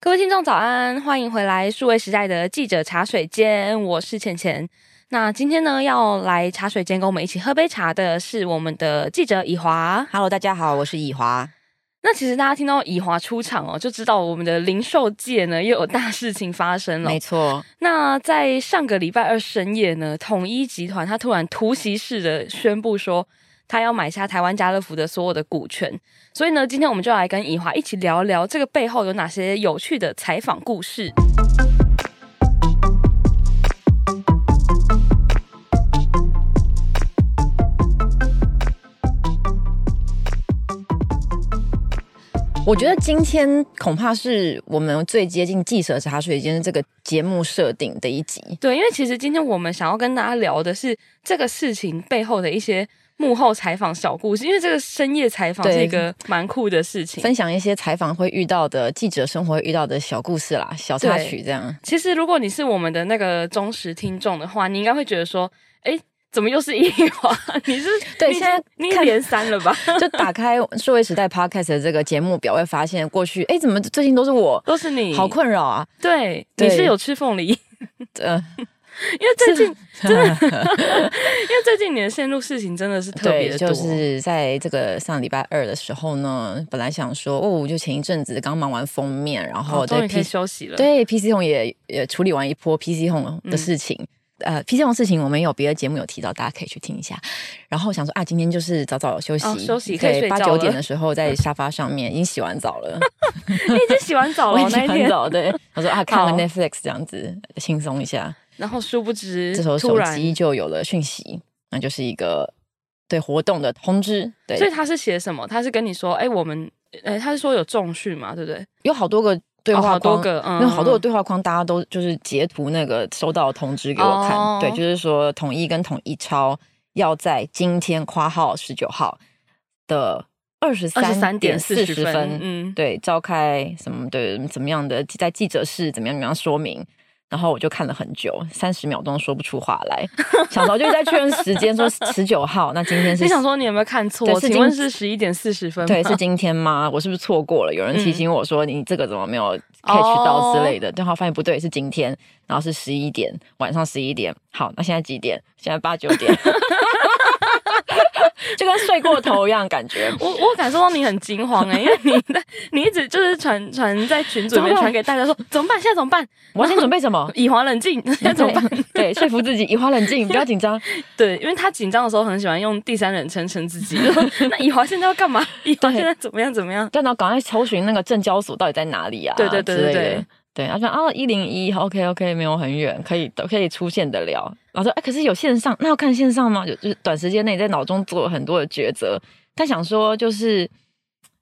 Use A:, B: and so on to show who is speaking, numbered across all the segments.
A: 各位听众早安，欢迎回来数位时代的记者茶水间，我是浅浅。那今天呢，要来茶水间跟我们一起喝杯茶的是我们的记者以华。
B: Hello，大家好，我是以华。
A: 那其实大家听到以华出场哦，就知道我们的零售界呢又有大事情发生了。
B: 没错，
A: 那在上个礼拜二深夜呢，统一集团它突然突袭式的宣布说，它要买下台湾家乐福的所有的股权。所以呢，今天我们就来跟以华一起聊聊这个背后有哪些有趣的采访故事。
B: 我觉得今天恐怕是我们最接近记者茶水间这个节目设定的一集。
A: 对，因为其实今天我们想要跟大家聊的是这个事情背后的一些幕后采访小故事，因为这个深夜采访
B: 对
A: 是一个蛮酷的事情。
B: 分享一些采访会遇到的记者生活会遇到的小故事啦、小插曲这样。
A: 其实如果你是我们的那个忠实听众的话，你应该会觉得说，哎，怎么又是一华？ 你是
B: 对
A: 你已经
B: 现在
A: 你
B: 看
A: 连三了吧？
B: 就打开数位时代 Podcast 的这个节目表，会发现过去哎，诶怎么最近都是我，
A: 都是你，
B: 好困扰啊！
A: 对，
B: 对
A: 你是有吃凤梨，因
B: 呃，
A: 为最 近真的，因为最近你的线路事情真的是特别
B: 对，
A: 多，
B: 就是在这个上礼拜二的时候呢，本来想说哦，我就前一阵子刚忙完封面，然后
A: 哦，终
B: 对
A: 于可以
B: P
A: 休息了，
B: 对，PC 红也也处理完一波 PC 红
A: 嗯
B: 的事情。呃，PC 红事情我们有别的节目有提到，大家可以去听一下。然后想说啊，今天就是早早休息，
A: 哦休息可以
B: 对，
A: 睡
B: 八
A: 觉
B: 九点
A: 了嗯
B: 的时候在沙发上面已经洗完澡了，
A: 你已经洗完澡
B: 我
A: 了
B: 已
A: 哦那
B: 经
A: 一
B: 很
A: 天，
B: 早。 对，我说啊，看
A: 好
B: 个 Netflix 这样子轻松一下。
A: 然后殊不知
B: 这时候
A: 突
B: 手
A: 然，
B: 机就有了讯息，那就是一个对活动的通知。对，
A: 所以他是写什么？他是跟你说，哎，我们，哎，他是说有重训嘛，对不对？
B: 有好多个对
A: 哦
B: 话
A: 好多
B: 框，
A: 个，嗯，
B: 因为好多的
A: 嗯
B: 对话框，大家都就是截图那个收到的通知给我看，
A: 哦
B: 对，就是说统一跟统一超要在今天（括号十九号）的二十
A: 23点
B: 四
A: 40
B: 十
A: 分
B: 分，
A: 嗯
B: 对，召开什么对怎么样的在记者室怎么样怎么样说明。然后我就看了很久，三十秒钟说不出话来，想到就在确认时间，说十九号，那今天是
A: 你想说你有没有看
B: 对
A: 错？
B: 是今
A: 请问是十一点四十分吗？嗯
B: 对，是今天吗？我是不是错过了？有人提醒我说你这个怎么没有
A: 哦
B: catch 到之类的，然后发现不对，是今天，然后是十一点，晚上十一点。好，那现在几点？现在八九点， 就跟睡过头一样感觉。
A: 我我感受到你很惊慌哎、因为你在 你一直就是传传在群组里面
B: 怎么办
A: 传给大家说怎么办？现在怎么办？？
B: 我要先准备什么
A: 以华冷静，现在怎么办？
B: 对对，说服自己，移花冷静，不要紧张。
A: 对，因为他紧张的时候很喜欢用第三人称称自己。 那以华现在要干嘛？以华
B: 对
A: 现在怎么样？怎么样？
B: 对，然后赶快搜寻那个证交所到底在哪里啊？
A: 对对对
B: 之类
A: 对
B: 的
A: 对
B: 对，他说啊一零一，OK OK，没有很远，可以都可以出现得了。然后说哎、可是有线上，那要看线上吗？就就是短时间内在脑中做了很多的抉择，但想说就是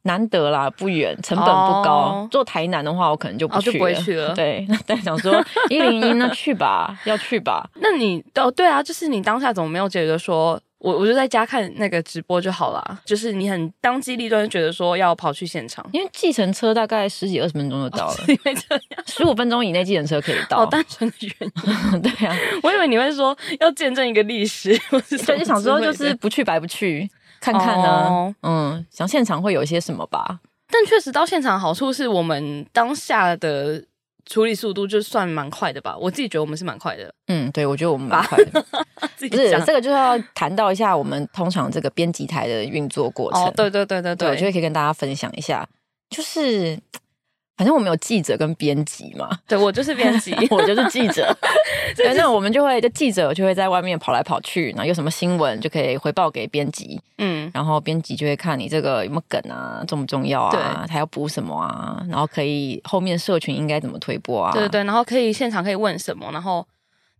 B: 难得啦，不远，成本不
A: 哦
B: 高。做台南的话，我可能就不
A: 哦就
B: 去
A: 不会去了
B: 对， 但想 说一零一那去吧，要去吧。
A: 那你哦对啊，就是你当下怎么没有觉得说？我我就在家看那个直播就好啦，就是你很当机立断，觉得说要跑去现场，
B: 因为计程车大概十几二十分钟就到了，
A: 是因为哦这样哦
B: 十五分钟以内计程车可以到。
A: 好单纯的原因。
B: 对啊，
A: 我以为你会说要见证一个历史， 或是什
B: 所
A: 么
B: 以就想说，
A: 之类
B: 就
A: 的
B: 是不去白不去，看看呢、
A: 哦
B: 嗯，想现场会有一些什么吧？
A: 但确实到现场好处是我们当下的处理速度就算蛮快的吧，我自己觉得我们是蛮快的。
B: 嗯，对，我觉得我们蛮快 的。
A: 自
B: 不
A: 己
B: 是
A: 讲
B: 这个，就要谈到一下我们通常这个编辑台的运作过程。
A: 哦，对对对对
B: 对，我觉
A: 对，
B: 得可以跟大家分享一下，就是反正我们有记者跟编辑嘛，
A: 对我就是 编 辑，
B: 我就是记 者，反正我们就会，就记者就会在外面跑来跑去，然后有什么新闻就可以回报给编辑，
A: 嗯，
B: 然后编辑就会看你这个有没有梗啊，重不重要啊，他要补什么啊，然后可以后面社群应该怎么推播啊，
A: 对对对，然后可以现场可以问什么，然后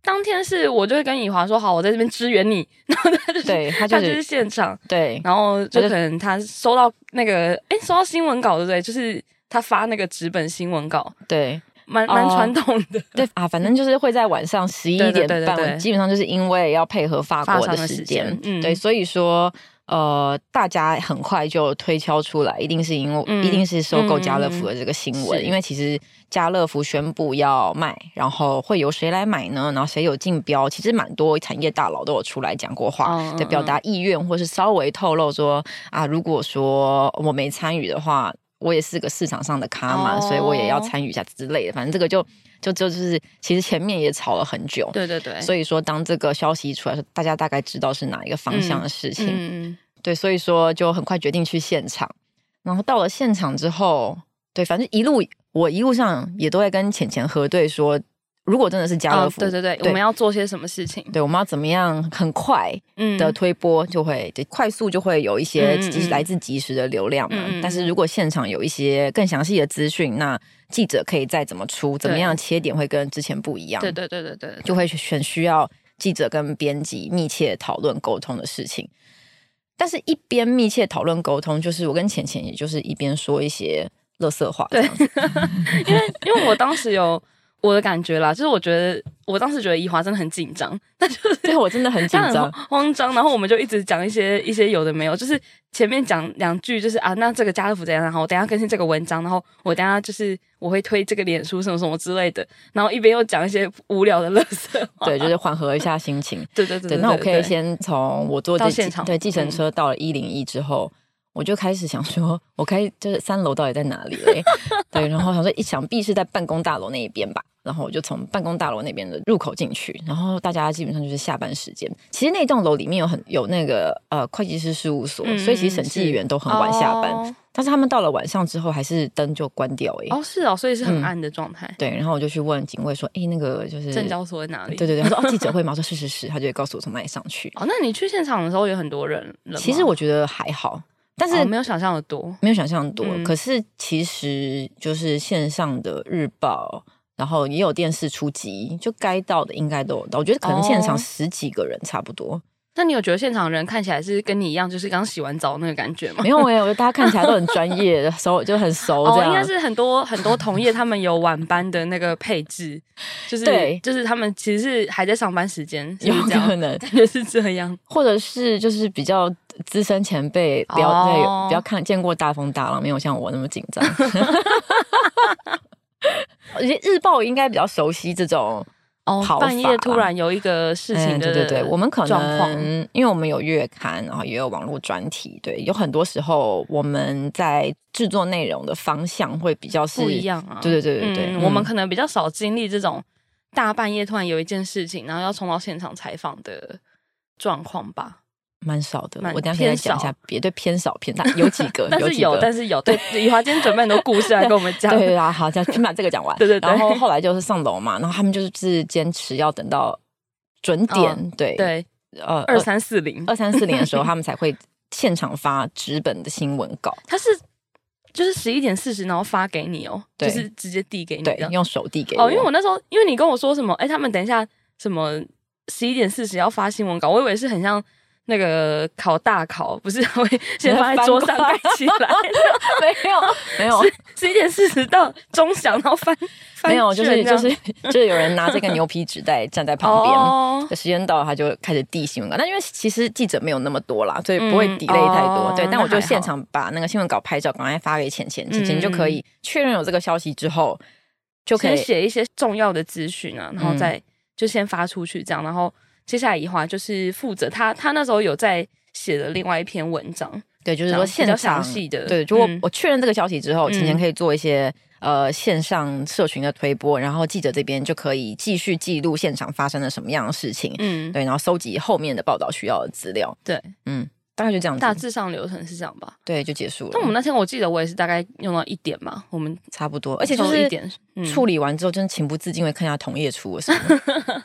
A: 当天是我就会跟以华说好，我在这边支援你，然后他就是
B: 对他
A: 他就
B: 就
A: 是是现场，
B: 对
A: 然后就
B: 他就
A: 可能他收到那个哎收到新闻稿对不对？就是他发那个纸本新闻稿，
B: 对
A: 蛮蛮
B: 哦
A: 传统的，
B: 对啊，反正就是会在晚上十一
A: 对对
B: 点
A: 对对
B: 半，
A: 对
B: 基本上就是因为要配合法
A: 法
B: 国
A: 上
B: 的
A: 的
B: 时
A: 时
B: 间
A: 间，嗯
B: 对，所以说。呃，大家很快就推敲出来，一定是因为、
A: 嗯
B: 一定是收购
A: 嗯
B: 家乐福的这个新
A: 嗯嗯
B: 闻，
A: 是
B: 因为其实家乐福宣布要卖，然后会由谁来买呢？然后谁有竞标？其实蛮多产业大佬都有出来讲过话，
A: 嗯嗯
B: 对，表达意愿，或是稍微透露说啊，如果说我没参与的话，我也是个市场上的咖嘛，
A: 哦
B: 所以我也要参与一下之类的。反正这个就就就就是，其实前面也吵了很久，
A: 嗯对对对，
B: 所以说当这个消息一出来，大家大概知道是哪一个方向的事情。
A: 嗯，
B: 对，所以说就很快决定去现场。然后到了现场之后，对，反正一路我一路上也都在跟浅浅核对说，如果真的是家乐
A: 哦，
B: 福，
A: 对对对，我们要做些什么事情？
B: 对，我们要怎么样很快
A: 嗯
B: 的推播，就会、就快速就会有一些
A: 嗯嗯
B: 及
A: 嗯
B: 来自及时的流量嘛。
A: 嗯嗯嗯
B: 但是如果现场有一些更详细的资讯，那记者可以再怎么出，怎么
A: 对
B: 样切点会跟之前不一样，
A: 对对对对对，
B: 就会很需要记者跟编辑密切讨论沟通的事情。但是，一边密切讨论沟通，就是我跟浅浅，也就是一边说一些垃圾话这样子。
A: 因为因为我当时有我的感觉啦，就是我觉得我当时觉得怡华真的很紧张，
B: 对，我真的很紧
A: 他
B: 张
A: 很。慌张，然后我们就一直讲一些一些有的没有，就是前面讲两句，就是啊，那这个家乐福怎样，然后我等一下更新这个文章，然后我等一下就是我会推这个脸书什么什么之类的，然后一边又讲一些无聊的乐色话，
B: 对，就是缓和一下心情。
A: 对对对对，
B: 对，那我可以
A: 对
B: 先从我坐
A: 到
B: 这
A: 现
B: 计
A: 场嗯
B: 对计程车到了一零一之后，我就开始想说，我开就是三楼到底在哪里嘞？ 对，然后想说，一想必是在办公大楼那一边吧。然后我就从办公大楼那边的入口进去，然后大家基本上就是下班时间。其实那栋楼里面有很有那个呃会计师事务所，
A: 嗯
B: 所以其实审计员都很晚下班。
A: 哦
B: 但是他们到了晚上之后，还是灯就关掉诶、欸。
A: 哦是哦，所以是很
B: 嗯
A: 暗的状态，
B: 对，然后我就去问警卫说：“诶，那个就是
A: 证交所在哪里？
B: 对对对，他说哦记者会嘛，我说是是是，他就会告诉我从哪里上去。
A: 哦，那你去现场的时候有很多人了吗
B: 其实我觉得还好，但是
A: 哦没有想象的多，
B: 没有想象多。
A: 嗯
B: 可是其实就是线上的日报，然后也有电视出集，就该到的应该都有到。我觉得可能现场
A: 哦
B: 十几个人差不多，
A: 那你有觉得现场人看起来是跟你一样，就是刚洗完澡那个感觉吗？
B: 没有哎、我觉得大家看起来都很专业，熟就很熟这
A: 哦，
B: 样。啊
A: 应该是很多很多同业他们有晚班的那个配置，就是
B: 对
A: 就是他们其实是还在上班时间，是
B: 有
A: 不是这样
B: 可能，
A: 感觉是这样。
B: 或者是就是比较资深前辈，不要再有、
A: 哦
B: 不要看见过大风大浪，没有像我那么紧 张。我觉得日报应该比较熟悉这种
A: 哦
B: 跑，法
A: 半夜突然有一个事情
B: 嗯
A: 的、
B: 对对对，我们可
A: 状况
B: 能因为我们有月刊，然后也有网络专题，对，有很多时候我们在制作内容的方向会比较是
A: 不一。样啊。
B: 对对对对对，
A: 嗯
B: 嗯
A: 我们可能比较少经历这种大半夜突然有一件事情，然后要冲到现场采访的状况吧。
B: 蛮少的。
A: 蛮
B: 我等一下可以再
A: 偏
B: 讲一
A: 少
B: 下别对偏少偏大，有几 个，
A: 但是
B: 几
A: 有，
B: 个。
A: 但是有，对，雨华今天准备很多故事来跟我们讲。
B: 对啊，好，先先把这个讲完。
A: 对对对
B: 然后后来就是上楼嘛，然后他们就是坚持要等到准点，对，
A: 哦对，
B: 呃，
A: 二三四零，
B: 二三四零的时候，他们才会现场发纸本的新闻 稿，
A: 他是就是十一点四十，然后发给你哦，
B: 对
A: 就是直接递给你
B: 对
A: 这，样。
B: 用手递给我。
A: 哦，因为我那时候，因为你跟我说什么，哎、他们等一下什么十一点四十要发新闻稿，我以为是很像那个考大考，不是会先放在桌上
B: 翻过来
A: 盖起 来，
B: 没有没有
A: 十一点四十到钟响，然后翻翻
B: 没有，就是
A: 卷这
B: 就
A: 样
B: 是就是有人拿这个牛皮纸袋站在旁边。
A: 哦
B: 时间到了，他就开始递新闻稿。但因为其实记者没有那么多啦，所以不会
A: 嗯
B: delay 太多。
A: 哦
B: 对，但我
A: 那
B: 就
A: 还好
B: 现场把那个新闻稿拍照，赶快发给浅浅，
A: 嗯
B: 浅浅就可以确认有这个消息之后，就可
A: 先
B: 以
A: 写一些重要的资讯啊，然后再
B: 嗯
A: 就先发出去这样，然后接下来怡华就是负责他，他那时候有在写了另外一篇文章，
B: 对，就是
A: 讲
B: 说
A: 比
B: 现
A: 较详
B: 场
A: 细的
B: 对，如果
A: 嗯
B: 我确认这个消息之后，
A: 嗯
B: 浅浅可以做一些。呃，线上社群的推播，然后记者这边就可以继续记录现场发生了什么样的事情，
A: 嗯，
B: 对，然后收集后面的报道需要的资料，
A: 对，
B: 嗯，大概就这样子，
A: 大致上流程是这样吧。
B: 对，就结束了。
A: 但我们那天我记得我也是大概用到一点嘛，我们
B: 差不多，而且就
A: 抽一
B: 是
A: 点嗯
B: 处理完之后，真的情不自禁会看一下同业出了什么，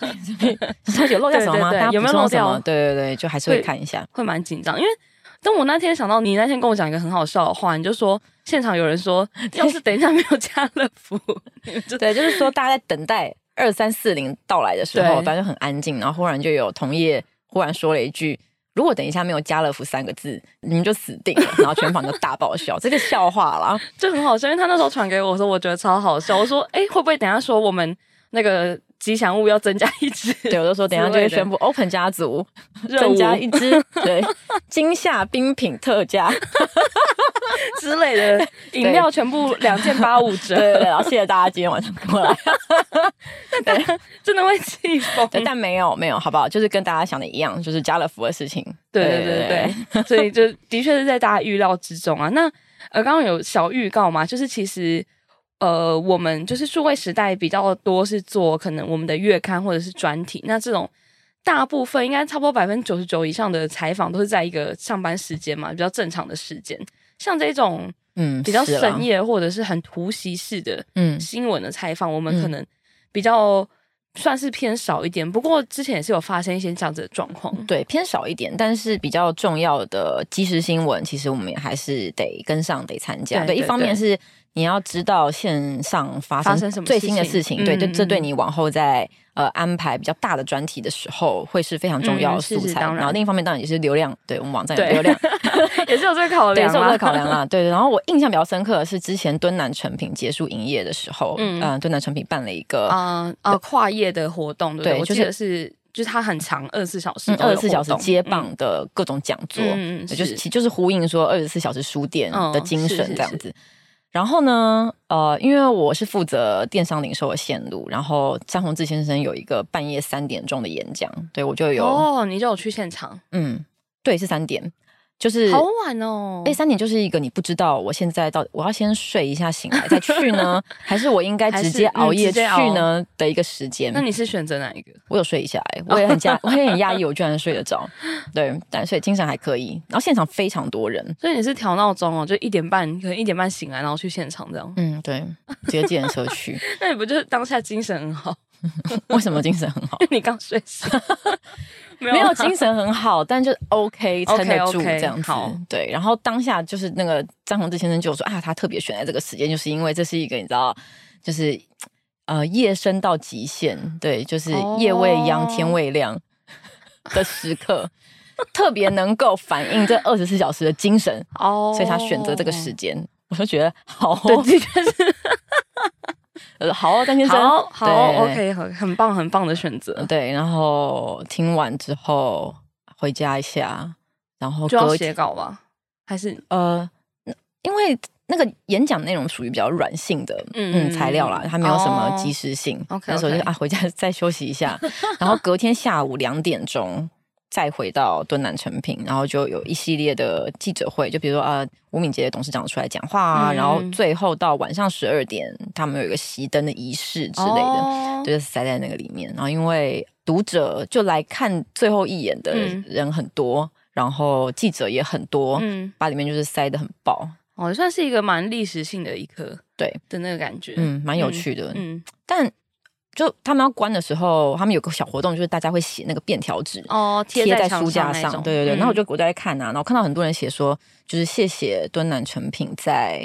B: 对有漏掉什么吗？
A: 对对对
B: 大家
A: 有没有
B: 补充
A: 漏
B: 什么
A: 掉
B: 对对对，就还是会看一下。
A: 会蛮紧张，因为。但我那天想到你那天跟我讲一个很好笑的话，你就说现场有人说，要是等一下没有家乐福， 你们就
B: 对，就是说大家在等 待二三四零到来的时候，
A: 对
B: 反正就很安静，然后忽然就有同业忽然说了一句。如果等一下没有“家乐福”三个字，你们就死定了。然后全场就大爆笑，这个笑话啦。
A: 就很好笑，因为他那时候传给我说，我觉得超好笑。我说，哎、会不会等一下说我们那个吉祥物要增加一只？
B: 对，我就说等一下就会
A: 之类的
B: 宣布 open 家 族，
A: 热
B: 增加
A: 舞
B: 一 只，对，惊吓冰品特 价。
A: 之类的饮料全部两件八五
B: 对对
A: 折，
B: 对，然后谢谢大家今天晚上过来。
A: 真的会气疯。
B: 对，但没有没有，好不好？就是跟大家想的一样，就是家乐福的事情。
A: 对对对对，所以就的确是在大家预料之中啊。那呃，刚刚有小预告嘛，就是其实呃，我们就是数位时代比较多是做可能我们的月刊或者是专题，那这种大部分应该差不多百分之九十九以上的采访都是在一个上班时间嘛，比较正常的时间。像这种
B: 嗯
A: 比较
B: 是啦
A: 深夜或者是很突袭式的
B: 嗯
A: 新闻的采访，我们
B: 嗯
A: 可能比较算是偏少一点。不过之前也是有发生一些这样子的状况。
B: 对，偏少一点，但是比较重要的即时新闻，其实我们也还是得跟上，得参加。
A: 对
B: 对，一
A: 对
B: 方面
A: 对
B: 是你要知道线上发
A: 发
B: 生
A: 生什么
B: 最
A: 事
B: 新的
A: 情
B: 事情，对，
A: 嗯
B: 对，
A: 嗯
B: 这对
A: 嗯
B: 你往后在呃安排比较大的专题的时候，会是非常重
A: 嗯
B: 要的
A: 是
B: 素
A: 是
B: 材。
A: 当
B: 然后
A: 然
B: 另一方面，当然也是流量，对我们网站有
A: 对
B: 流 量，
A: 也是有这个考
B: 对，
A: 量
B: 是我
A: 啦，
B: 们的考量啊啦。对，然后我印象比较深刻的是之前敦南成品结束营业的时候，
A: 嗯
B: 嗯、敦南成品办了一个
A: 啊啊、跨业的活动，对不对？
B: 嗯对
A: 我
B: 就
A: 记
B: 是
A: 得是就是它很长，二十四小时
B: 嗯，
A: 都有
B: 二十四小时
A: 活动嗯
B: 接棒的各种讲座，
A: 嗯嗯嗯
B: 对就是
A: 是
B: 其实就是呼应说二十四小时书店的精
A: 嗯是是
B: 神这样子。然后呢，呃，因为我是负责电商零售的线路，然后张宏志先生有一个半夜三点钟的演讲，对我就
A: 嗯
B: 有，
A: 哦，你就有去现场，
B: 嗯，对，是三点，就是
A: 好晚哦。
B: 哎，三点就是一个你不知道我现在到底我要先睡一下醒来再 去呢，还是我应该
A: 还
B: 直
A: 是
B: 接
A: 嗯
B: 熬夜
A: 直
B: 去
A: 接熬
B: 呢的一个时间。
A: 那你是选择哪一个？
B: 我有睡一下、欸，我也很 压，我也很压抑，我居然睡得着。对，但所以精神还可以。然后现场非常多人，
A: 所以你是调闹钟哦，就一点半，可能一点半醒来，然后去现场这 样。
B: 嗯，对，直接计程车去。
A: 那你不就是当下精神很好？
B: 为什么精神很好？
A: 你刚睡醒，没
B: 没有
A: 啦
B: 精神很好，但就 OK 撑
A: OK，
B: 得住
A: OK，
B: 这样子
A: 好。
B: 对，然后当下就是那个张宏志先生就说啊，他特别选在这个时间，就是因为这是一个你知道，就是呃夜深到极限，对，就是夜未央、
A: 哦
B: 天未亮的时刻，特别能够反映这二十四小时的精神。
A: 哦，
B: 所以他选择这个时间，我就觉得好哦，
A: 对，的确是
B: 呃 好哦，张先生，
A: 好好
B: 对
A: OK，很很棒很棒的选择，
B: 对，然后听完之后回家一下，然后
A: 就要
B: 隔
A: 写稿吧？还是
B: 呃，因为那个演讲内容属于比较软性的
A: 嗯
B: 嗯材料啦，它没有什么
A: 哦
B: 及时性。
A: OK，OK
B: 那时候就是啊，回家 再休息 一下，然后隔天下午两点钟。再回到敦南成品，然后就有一系列的记者会，就比如说啊，呃吴敏杰董事长出来讲话啊，
A: 嗯
B: 然后最后到晚上十二点，他们有一个熄灯的仪式之类的。
A: 哦
B: 就是塞在那个里面。然后因为读者就来看最后一眼的
A: 嗯
B: 人很多，然后记者也很多，
A: 嗯，
B: 把里面就是塞的很爆，
A: 哦，也算是一个蛮历史性的一刻，
B: 对
A: 的那个感觉，
B: 嗯，蛮有趣的。
A: 嗯，
B: 但就他们要关的时候，他们有个小活动，就是大家会写那个便条纸。
A: 哦，
B: 贴
A: 在
B: 在
A: 墙
B: 书架
A: 那
B: 上，
A: 种
B: 对对对。然后我
A: 嗯
B: 就我就在看啊，然后看到很多人写说，就是谢谢敦南成品在，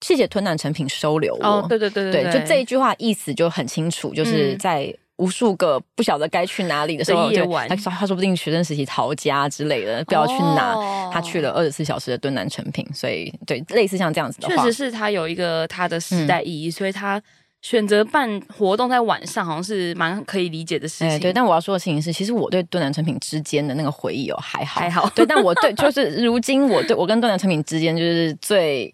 B: 谢谢敦南成品收留我。
A: 哦，对对对
B: 对，
A: 对，
B: 就这一句话意思就很清楚，就是
A: 嗯
B: 在无数个不晓得该去哪里的时候，
A: 的夜
B: 就
A: 晚
B: 他说他说不定学生时期逃家之类的，不知道去哪，
A: 哦
B: 他去了二十四小时的敦南成品，所以对，类似像这样子的
A: 确
B: 话，嗯
A: 实是他有一个他的时代意义，所以他选择办活动在晚上，好像是蛮可以理解的事
B: 哎、
A: 情。
B: 对，但我要说的事情是，其实我对敦南成品之间的那个回忆哦还好，
A: 还好
B: 对，但我对就是如今我对我跟敦南成品之间就是最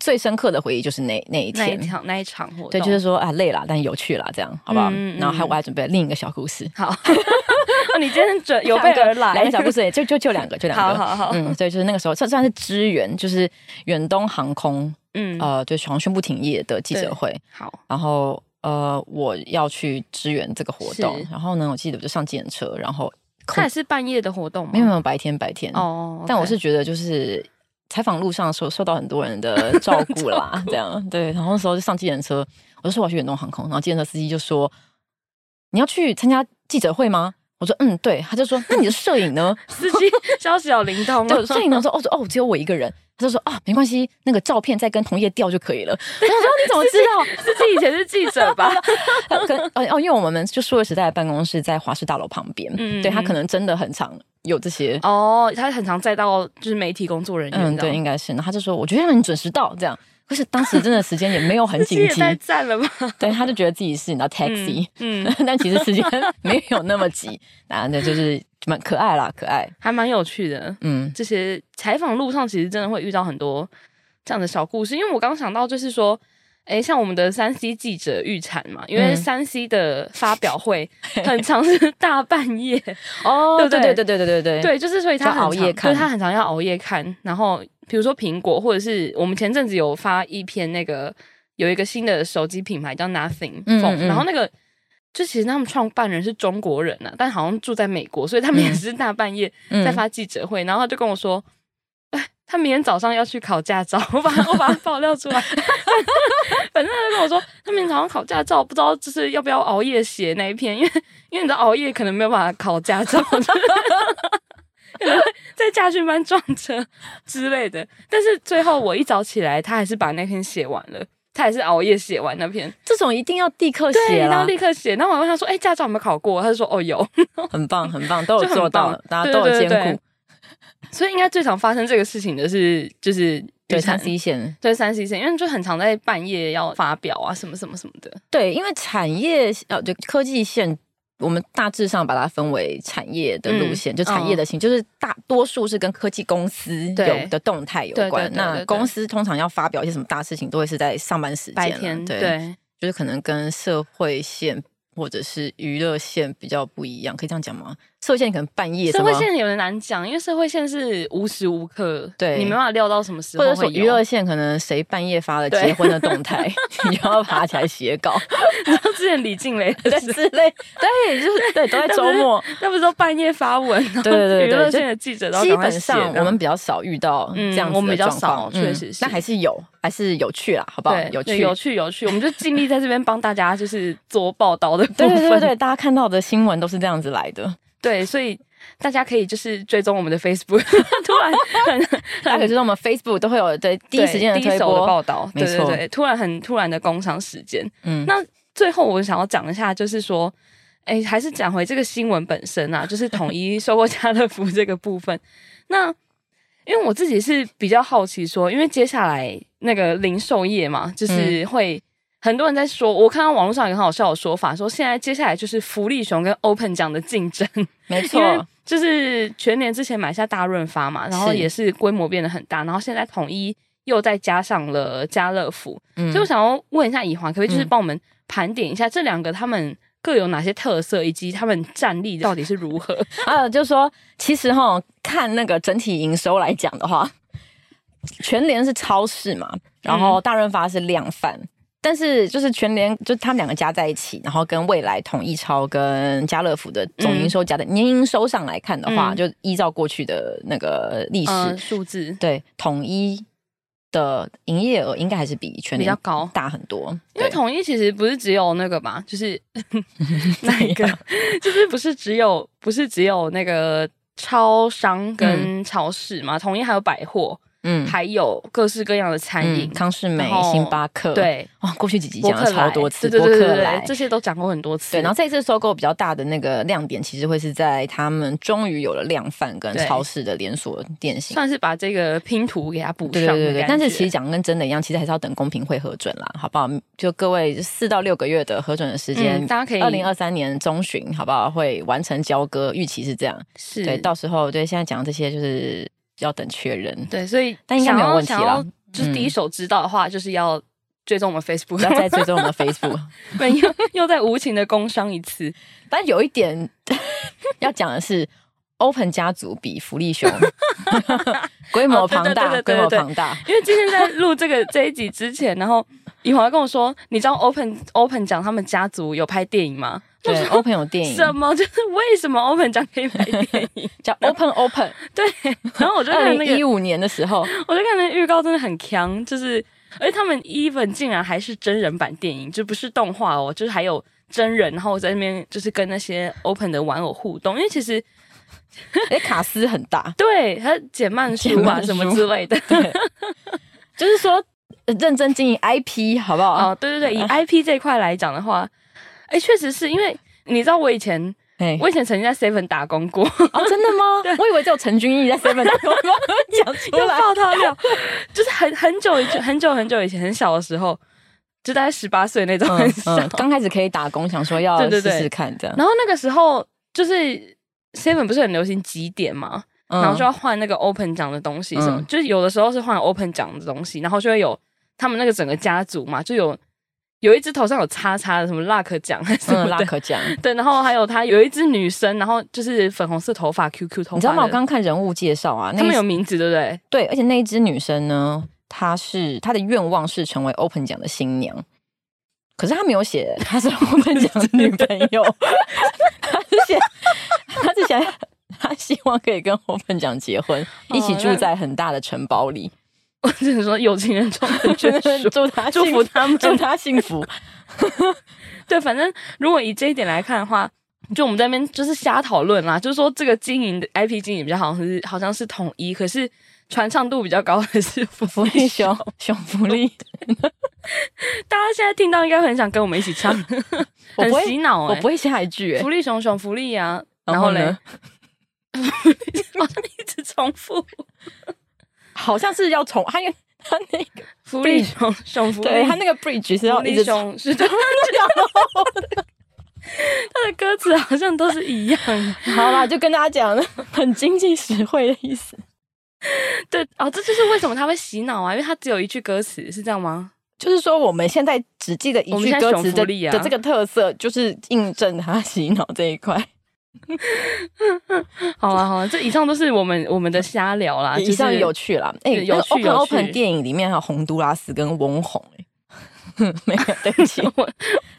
B: 最深刻的回忆就是那那一
A: 那一
B: 天。
A: 场那一场活动，
B: 对，就是说啊，累了，但有趣了，这样好不好？
A: 嗯嗯
B: 然后还我还准备了另一个小故事，
A: 好。哦你今天准 有备
B: 两个
A: 而来，
B: 两个小故事也就就就两个，就两
A: 好
B: 个。
A: 好好，
B: 嗯，对，就是那个时候，这算是支援，就是远东航空，
A: 嗯，
B: 呃，对，好像宣布停业的记
A: 对
B: 者会，
A: 好，
B: 然后呃，我要去支援这个活动
A: 是，
B: 然后呢，我记得我就上计程车，然后
A: 它也是半夜的活动吗？
B: 没有没有白天白天，
A: 哦，
B: 但
A: OK
B: 我是觉得就是采访路上受受到很多人的照 顾啦，这样对，然后那时候就上计程车，我就说我要去远东航空，然后计程车司机就说你要去参加记者会吗？我说嗯，对，他就说那你的摄影呢？
A: 司机消息有灵通
B: 对，
A: 了，
B: 摄影呢说哦哦，只有我一个人。他就说啊，没关系，那个照片再跟同业调就可以了。然后我说你怎么知
A: 司机以前是记者吧？
B: 道？跟哦哦，因为我们就数位时代的办公室在华师大楼旁边，
A: 嗯
B: 对他可能真的很常有这 些。
A: 哦，他很常载到就是媒体工作人员，
B: 嗯，对，应，该是。然后他就说，我觉得你准时到这样。可是当时真的时间也没有很
A: 司机
B: 紧
A: 也
B: 急，
A: 太赞了吧？
B: 对，他就觉得自己是你知道 taxi，、
A: 嗯，
B: 但其实时间没有那么急。啊，那就是蛮可爱啦，可爱。
A: 还蛮有趣的。
B: 嗯，
A: 这些采访路上，其实真的会遇到很多这样的小故事。因为我刚想到，就是说，诶，像我们的三 C 记者预产嘛，因为
B: 嗯
A: 三 C 的发表 会很常是大半夜，
B: 哦对
A: 对不
B: 对
A: 对
B: 对对对对对
A: 对，就是所以他
B: 要
A: 很
B: 熬夜
A: 常对
B: 看
A: 他很常要熬夜看，然后比如说苹果，或者是我们前阵子有发一篇那个有一个新的手机品牌叫 Nothing
B: 嗯
A: Phone，、
B: 嗯
A: 然后那个就其实他们创办人是中国人啊，但好像住在美国，所以他们也是大半夜
B: 嗯
A: 在发记者会，然后他就跟我说。哎他明天早上要去考驾照，我把我把他爆料出来。 反正他就跟我说，他明天早上考驾照，不知道就是要不要熬夜写那一篇，因为因为你的熬夜可能没有办法考驾 照，可能会在驾训班撞车之类的。但是最后我一早起来，他还是把那篇写完了，他还是熬夜写完那篇，
B: 这种一定要立刻
A: 对，
B: 写
A: 然后
B: 啦，
A: 立刻写。然后我还问他说：“哎、驾照有没有考过？”他就说：“哦，有。”
B: 很棒很棒，都
A: 就
B: 有
A: 很
B: 做到
A: 棒
B: 了，大家
A: 对
B: 都有
A: 对对对
B: 兼顾，
A: 所以应该最常发生这个事情的是，就是
B: 对
A: 雨伞
B: 三 C 线，
A: 对三 C 线，因为就很常在半夜要发表啊，什么什么什么的。
B: 对，因为产业呃，就科技线。我们大致上把它分为产业的路线，
A: 嗯
B: 就产业的型，就是大多数是跟科技公司
A: 对
B: 有的动态有
A: 对对
B: 关。
A: 对对
B: 那
A: 对
B: 公司通常要发表一些什么大事情，都会是在上班时间
A: 白
B: 啦
A: 天
B: 对，
A: 啊对
B: 就是可能跟社会线或者是娱乐线比较不一样，可以这样讲吗？社会线可能半夜什
A: 社
B: 么
A: 会线有点难讲，因为社会线是无时无刻，
B: 对
A: 你没办法料到什么时
B: 或
A: 候
B: 者
A: 会
B: 说
A: 有
B: 娱乐线可能谁半夜发了
A: 对
B: 结婚的动 态，你要爬起来写稿，
A: 之前李静蕾
B: 对之类，对，就是对，都在周末。
A: 那不是都半夜发文，然后
B: 对对对
A: 娱乐
B: 就
A: 线的记者都要
B: 基
A: 赶快
B: 本
A: 写
B: 上
A: 这样
B: 我们比较少遇到
A: 嗯
B: 这样子的状况，
A: 我们比较少确
B: 嗯
A: 实是
B: 那还是有，还是有趣啦，好不好
A: 对？
B: 有
A: 对
B: 趣，
A: 有趣有趣，我们就尽力在这边帮大家就是做报道的部
B: 对
A: 分，
B: 对对对对，大家看到的新闻都是这样子来 的，
A: 对所以大家可以就是追踪我们的 Facebook，突 然很
B: 大家可知道我们 Facebook 都会有对 第一时间的
A: 对第一
B: 推
A: 手的
B: 播，
A: 报道，
B: 没
A: 对对
B: 错
A: 对，突然很突然的工伤时间。
B: 嗯，
A: 那最后我想要讲一下，就是说，哎，还是讲回这个新闻本身啊，就是统一收购家乐福这个部分。那因为我自己是比较好奇说，因为接下来那个零售业嘛，就是
B: 嗯
A: 会。很多人在说，我看到网络上有个很好笑的说法，说现在接下来就是福利熊跟 Open 奖的竞争，
B: 没
A: 因为
B: 错，
A: 就是全年之前买下大润发嘛，然后
B: 是
A: 也是规模变得很大，然后现在统一又再加上了家乐福，
B: 嗯
A: 所以我想要问一下以华，可不可以就是
B: 嗯
A: 帮我们盘点一下这两个他们各有哪些特色，以及他们战力到底是如 何？
B: 啊，就是说，其实哈，看那个整体营收来讲的话，全联是超市嘛，然
A: 嗯
B: 后大润发是量贩。但是就是全联，就他们两个加在一起，然后跟未来统一超跟家乐福的总营收加的、年营收上来看的话，
A: 嗯
B: 就依照过去的那个历史，
A: 嗯，数字
B: 对统一的营业额应该还是比全
A: 比
B: 联
A: 较高。
B: 大很多，
A: 因为
B: 对
A: 统一其实不是只有那个吧，就是 那一个，就是不是只有不是只有那个超商跟超市嘛，统一还有百货，
B: 嗯
A: 还有各式各样的餐饮
B: 嗯，康世美
A: 然、后
B: 星巴克，
A: 对，
B: 哇，过去几集
A: 博
B: 讲
A: 客
B: 了
A: 来
B: 超多次，
A: 对对对对对
B: 来
A: 对，这些都讲过很多次。
B: 对，然后这一次收购比较大的那个亮点，其实会是在他们终于有了量贩跟
A: 对
B: 超市的连锁店型。
A: 算是把这个拼图给它补
B: 对
A: 上的
B: 对对对，
A: 感
B: 但是
A: 觉
B: 其实讲得跟真的一样，其实还是要等公平会核准啦，好不好？就各位四到六个月的核准的时间，
A: 嗯大家可以
B: 二零二三年中旬，好不好？会完成交割，预期是这样。
A: 是
B: 对，到时候对现在讲的这些就是要等确认，
A: 对，所以
B: 但应该
A: 想
B: 没有
A: 要
B: 问题
A: 想
B: 啦嗯
A: 要就是第一手知道的话，就是要追踪我们 Facebook，
B: 不要再追踪 我们的 Facebook。
A: 对又又在无情的工伤一次。
B: 但有一点 要讲的是，Open 家族比福利 熊规模
A: 哦对对对
B: 庞大，
A: 对对
B: 规模
A: 对
B: 庞大。
A: 因为今天在录这个这一集之前，然后以华跟我说，你知道 Open Open 讲他们家族有拍电影吗？
B: 对，Open 有电影
A: 什么？ 就是为什么 Open 讲可以拍电影？
B: 叫 Open Open，
A: 对，然后我就
B: 二
A: 看那
B: 零
A: 个
B: 一五年的时 候，
A: 我就看那预告真的很强，就是而且他们 even 竟然还是真人版电影，就不是动画哦，就是还有真人，然后在那边就是跟那些 open 的玩偶互动，因为其实
B: 哎，卡斯很大，
A: 对还有减慢书
B: 减
A: 啊
B: 慢
A: 什么
B: 书
A: 之类 的，
B: 就 是说呃认真经营 IP，好不好？
A: 哦，对对对，以 IP 这一块来讲的话，哎，确实是因为你知道我以前
B: 哎，
A: 我以前曾经在 Seven 打工过，
B: 哦，真的吗？我以为只有陈君毅在 Seven 打工，讲出
A: 又
B: 来。
A: 爆他料， 就是很很久以前很久很久以前很小的时候，就大概十八岁那种很
B: 嗯
A: 小。
B: 嗯，刚开始可以打工，想说要
A: 对对
B: 试
A: 对
B: 试看这样，
A: 然后那个时候就是 Seven 不是很流行几点嘛，
B: 嗯
A: 然后就要换那个 Open 奖的东西什么，
B: 嗯
A: 就是有的时候是换 Open 奖的东西，然后就会有他们那个整个家族嘛，就有有一只头上有叉叉的，什么 luck 奖还是什么
B: 嗯，拉
A: 的。
B: 可讲。
A: 对，然后还有他有一只女生，然后就是粉红色头发 QQ 头发的，
B: 你知道吗？我刚看人物介绍啊，那
A: 他
B: 一
A: 们有名字对不对？
B: 对，而且那一只女生呢，她是她的愿望是成为 Open 奖的新娘，可是她没有写她是 Open 奖的女朋友，她是写她是写她希望可以跟 Open 奖结婚，一起
A: 哦
B: 住
A: 那
B: 在很大的城堡 里，
A: 我只能说有情人终成眷属，
B: 祝她
A: 祝
B: 幸
A: 福他们。
B: 祝她幸 福。
A: 对，反正如果以这一点来看的话，就我们在那边就是瞎讨论啦，就是说这个经营的 IP 经营比较好像是好像是统一，可是传唱度比较高的是福
B: 福利熊熊福利，
A: 大家现在听到应该很想跟我们一起唱，
B: 我
A: 很
B: 不
A: 洗
B: 会，
A: 脑
B: 我
A: 哎、
B: 不会下一句、欸
A: 福，利熊熊福利啊，
B: 然
A: 然
B: 后
A: 后嘞
B: 呢，，
A: 好像一直重 复
B: 好像是要重，他因为他那个，
A: 福利熊熊福利，
B: 对他那个 bridge 是
A: 福
B: 要一
A: 利
B: 直重
A: 熊是 这样，他的歌词好像都是一样。
B: 好啦，就跟大家讲，很经济实惠的意思，
A: 对哦，这就是为什么他会洗脑啊，因为他只有一句歌词，是这样吗？
B: 就是说我们现在只记得一
A: 我们
B: 句
A: 现在
B: 歌
A: 熊
B: 词
A: 福
B: 的、
A: 利啊
B: 的这个特色，就是印证他 洗脑这一块。
A: 好啊，好啊，这以上都是我们我们的瞎聊啦，
B: 以上
A: 啊就是
B: 有趣啦，哎、
A: 有趣
B: 那个 Open
A: 有趣
B: Open 电影里面还有洪都拉斯跟翁虹、哎， 没有，对不起，
A: 我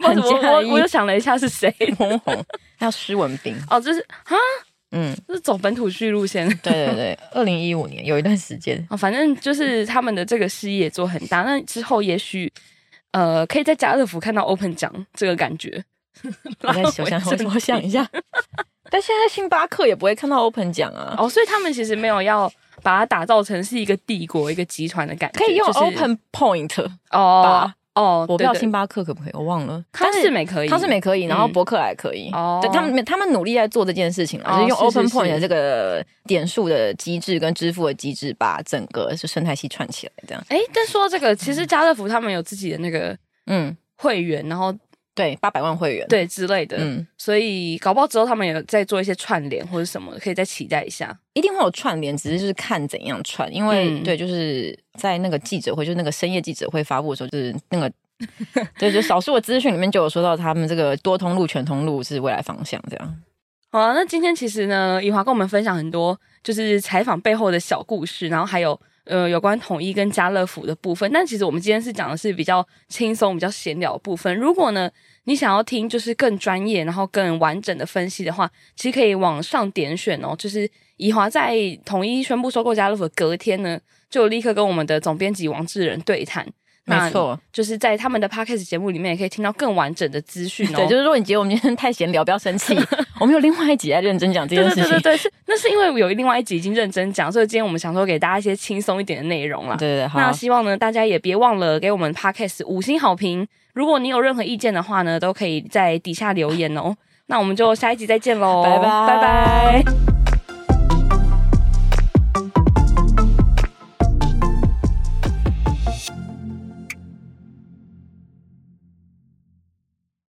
A: 我
B: 很
A: 我
B: 介
A: 我我又
B: 意
A: 想了一下是谁
B: 翁虹，还有施文斌，
A: 哦，就是啊，
B: 嗯，
A: 这是走本土剧路线。
B: 对对对，二零一五年有一段时间，
A: 啊，反正就是他们的这个事业做很大，那之后也许呃可以在家乐福看到 Open 奖这个感 觉。
B: 我在想想，我我想一下， 但现在星巴克也不会看到 Open 奖啊，
A: 哦，所以他们其实没有要把它打造成是一个帝国、一个集团的感觉，
B: 可以用
A: 就是
B: Open Point。
A: 哦
B: 吧
A: 哦，
B: 我不知道
A: 对对
B: 星巴克可不可以，我忘了。
A: 康
B: 但
A: 士美可以，
B: 康士美可以，然后
A: 嗯
B: 博客来可以。
A: 哦
B: 对他们，他们努力在做这件事情啊，
A: 哦
B: 就是用
A: 是
B: Open
A: 是
B: Point
A: 是
B: 的这个点数的机制跟支付的机制，把整个是生态系串起来，这样。
A: 哎，但说到这个，其实家乐福他们有自己的那个
B: 嗯，
A: 会员，然后
B: 对，八百万会员。，
A: 对之类的，
B: 嗯，
A: 所以搞不好之后他们有在做一些串联或者什么的，可以再期待一下。
B: 一定会有串联，只是就是看怎样串，因为、
A: 嗯
B: 对，就是在那个记者会，就是那个深夜记者会发布的时候，就是那个。 对，就少数的资讯里面就有说到，他们这个多通路、全通路是未来方向，这样。
A: 好啊了，那今天其实呢，以华跟我们分享很多就是采访背后的小故事，然后还有呃有关统一跟家乐福的部分。但其实我们今天是讲的是比较轻松、比较闲聊的部分。如果呢你想要听就是更专业，然后更完整的分析的话，其实可以往上点选哦。就是以华在统一宣布收购家乐福的隔天呢，就立刻跟我们的总编辑王志仁对谈。
B: 没错，
A: 就是在他们的 podcast 节目里面也可以听到更完整的资讯哦。
B: 对，就是如果你觉得我们今天太闲聊，不要 生气，我们有另外一集来认真讲这
A: 对
B: 件
A: 对
B: 事情。
A: 对对对，是那是因为有另外一集已经认真讲，所以今天我们想说给大家一些轻松一点的内容啦。
B: 对对对好
A: 那希望呢，大家也别忘了给我们 podcast 五星好评。如果你有任何意见的话呢，都可以在底下留言哦。那我们就下一集再见喽，
B: 拜拜
A: 拜拜。